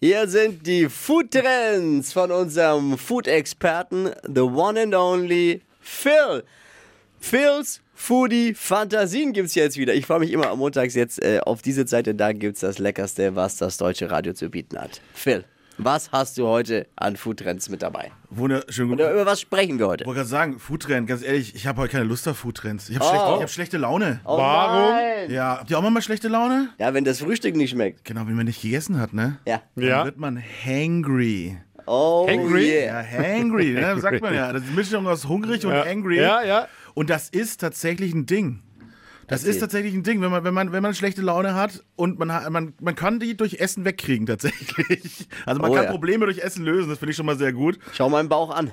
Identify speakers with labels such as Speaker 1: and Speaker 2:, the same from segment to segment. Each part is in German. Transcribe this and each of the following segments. Speaker 1: Hier sind die Food Trends von unserem Food Experten, the one and only Phil. Phil's Foodie Fantasien gibt's jetzt wieder. Ich freue mich immer am Montags jetzt äh, auf diese Zeit, denn da gibt's das Leckerste, was das deutsche Radio zu bieten hat. Phil, was hast du heute an Food Trends mit dabei?
Speaker 2: Wunderschön.
Speaker 1: Oder
Speaker 2: Ich
Speaker 1: über was sprechen wir heute?
Speaker 2: wollte gerade sagen, Foodtrend, ganz ehrlich, ich habe heute keine Lust auf Foodtrends. Ich habe
Speaker 1: Oh.
Speaker 2: schlechte, ich hab schlechte Laune.
Speaker 1: Oh
Speaker 3: Warum?
Speaker 1: nein.
Speaker 2: Ja, habt ihr auch mal mal schlechte Laune?
Speaker 1: Ja, wenn das Frühstück nicht schmeckt.
Speaker 2: Genau, wenn man nicht gegessen hat, ne?
Speaker 1: Ja.
Speaker 2: Dann
Speaker 3: Ja.
Speaker 2: wird man hangry.
Speaker 1: Oh
Speaker 3: Hangry?
Speaker 2: Ja,
Speaker 1: yeah.
Speaker 2: hangry, ne? sagt man ja. Das ist eine Mischung aus hungrig und angry.
Speaker 3: Ja, ja.
Speaker 2: Und das ist tatsächlich ein Ding. Das
Speaker 1: Erzähl.
Speaker 2: ist tatsächlich ein Ding, wenn man, wenn man, wenn man schlechte Laune hat und man, ha- man, man kann die durch Essen wegkriegen tatsächlich. Also man
Speaker 1: Oh
Speaker 2: kann
Speaker 1: ja.
Speaker 2: Probleme durch Essen lösen, das finde ich schon mal sehr gut.
Speaker 1: Schau meinen Bauch an.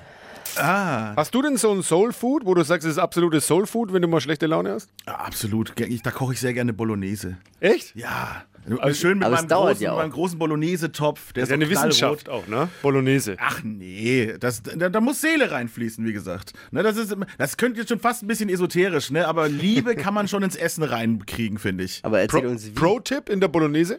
Speaker 3: Hast du denn so ein Soul Food, wo du sagst, es ist absolutes Soul Food, wenn du mal schlechte Laune hast?
Speaker 2: Ja, absolut, ich, da koche ich sehr gerne Bolognese.
Speaker 3: Echt?
Speaker 2: Ja, schön mit
Speaker 1: also, aber es
Speaker 2: meinem
Speaker 1: dauert
Speaker 2: großen,
Speaker 1: ja auch. Also
Speaker 2: meinem großen Bolognese-Topf. Der
Speaker 3: Das
Speaker 2: ist
Speaker 3: ist ja
Speaker 2: auch
Speaker 3: eine
Speaker 2: knallrot.
Speaker 3: Wissenschaft auch, ne? Bolognese.
Speaker 1: Ah,
Speaker 2: Ach nee, das, da, da muss Seele reinfließen, wie gesagt. Ne, das, ist, das könnte jetzt schon fast ein bisschen esoterisch, ne? aber Liebe kann man schon ins Essen reinkriegen, finde ich.
Speaker 1: Aber erzähl
Speaker 3: Pro-
Speaker 1: uns, wie.
Speaker 3: Pro-Tipp in der Bolognese?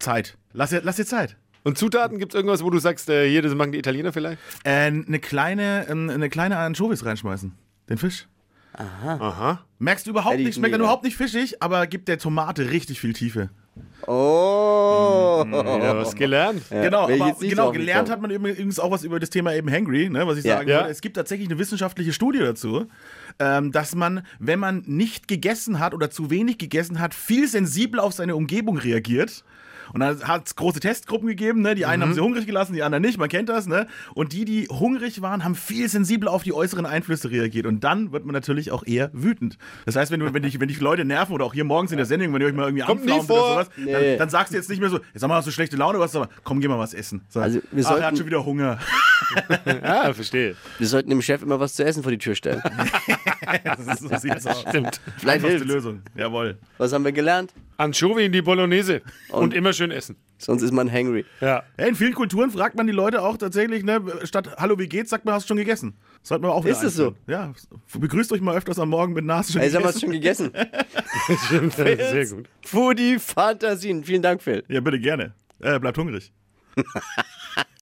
Speaker 2: Zeit. Lass dir, lass dir Zeit.
Speaker 3: Und Zutaten gibt es irgendwas, wo du sagst, äh, hier, das machen die Italiener vielleicht?
Speaker 2: Äh, eine kleine, ähm, eine kleine Anchovis reinschmeißen. Den Fisch.
Speaker 3: Aha.
Speaker 2: Merkst du überhaupt
Speaker 1: Hätte ich
Speaker 2: nicht, schmeckt
Speaker 1: nie,
Speaker 2: dann
Speaker 1: ja.
Speaker 2: überhaupt nicht fischig, aber gibt der Tomate richtig viel Tiefe.
Speaker 1: Oh.
Speaker 3: Wieder Mm, was gelernt.
Speaker 2: Genau,
Speaker 1: Wär ich
Speaker 2: aber
Speaker 1: jetzt nicht
Speaker 2: genau
Speaker 1: drauf
Speaker 2: gelernt
Speaker 1: gekommen.
Speaker 2: hat man übrigens auch was über das Thema eben Hangry, ne, was ich
Speaker 1: Ja.
Speaker 2: sagen
Speaker 3: Ja.
Speaker 2: wollte. Es gibt tatsächlich eine wissenschaftliche Studie dazu, ähm, dass man, wenn man nicht gegessen hat oder zu wenig gegessen hat, viel sensibler auf seine Umgebung reagiert. Und dann hat es große Testgruppen gegeben, ne? Die einen
Speaker 3: Mhm.
Speaker 2: haben sie hungrig gelassen, die anderen nicht, man kennt das, ne? Und die, die hungrig waren, haben viel sensibler auf die äußeren Einflüsse reagiert. Und dann wird man natürlich auch eher wütend. Das heißt, wenn du, wenn dich, wenn dich Leute nerven oder auch hier morgens in der Sendung, wenn ihr euch mal irgendwie
Speaker 3: Kommt nie
Speaker 2: anflaumt
Speaker 3: vor.
Speaker 2: oder sowas,
Speaker 1: Nee.
Speaker 2: dann, dann sagst du jetzt nicht mehr so, jetzt sag mal, hast du schlechte Laune, was aber komm, geh mal was essen. Sag,
Speaker 1: Also, wir
Speaker 2: Ach, er
Speaker 1: sollten-
Speaker 2: hat schon wieder Hunger.
Speaker 3: Ja, verstehe.
Speaker 1: Wir sollten dem Chef immer was zu essen vor die Tür stellen.
Speaker 2: das ist, so sieht's aus.
Speaker 3: Stimmt.
Speaker 1: Vielleicht
Speaker 2: Einfachste
Speaker 1: hilft's.
Speaker 2: Lösung. Jawohl.
Speaker 1: Was haben wir gelernt?
Speaker 3: Anchovy in die Bolognese. Und, immer schön essen.
Speaker 1: Sonst ist man hangry.
Speaker 3: Ja.
Speaker 2: Ja, in vielen Kulturen fragt man die Leute auch tatsächlich, ne, statt Hallo, wie geht's, sagt man, hast du schon gegessen. Sollten wir auch wieder
Speaker 1: Ist es so?
Speaker 2: einführen. Ja, begrüßt euch mal öfters am Morgen mit Nase schon
Speaker 1: Ey, haben wir es
Speaker 2: gegessen.
Speaker 1: schon gegessen?
Speaker 3: Sehr gut.
Speaker 1: Foodie Fantasien. Vielen Dank, Phil.
Speaker 2: Ja, bitte gerne. Äh, bleibt hungrig.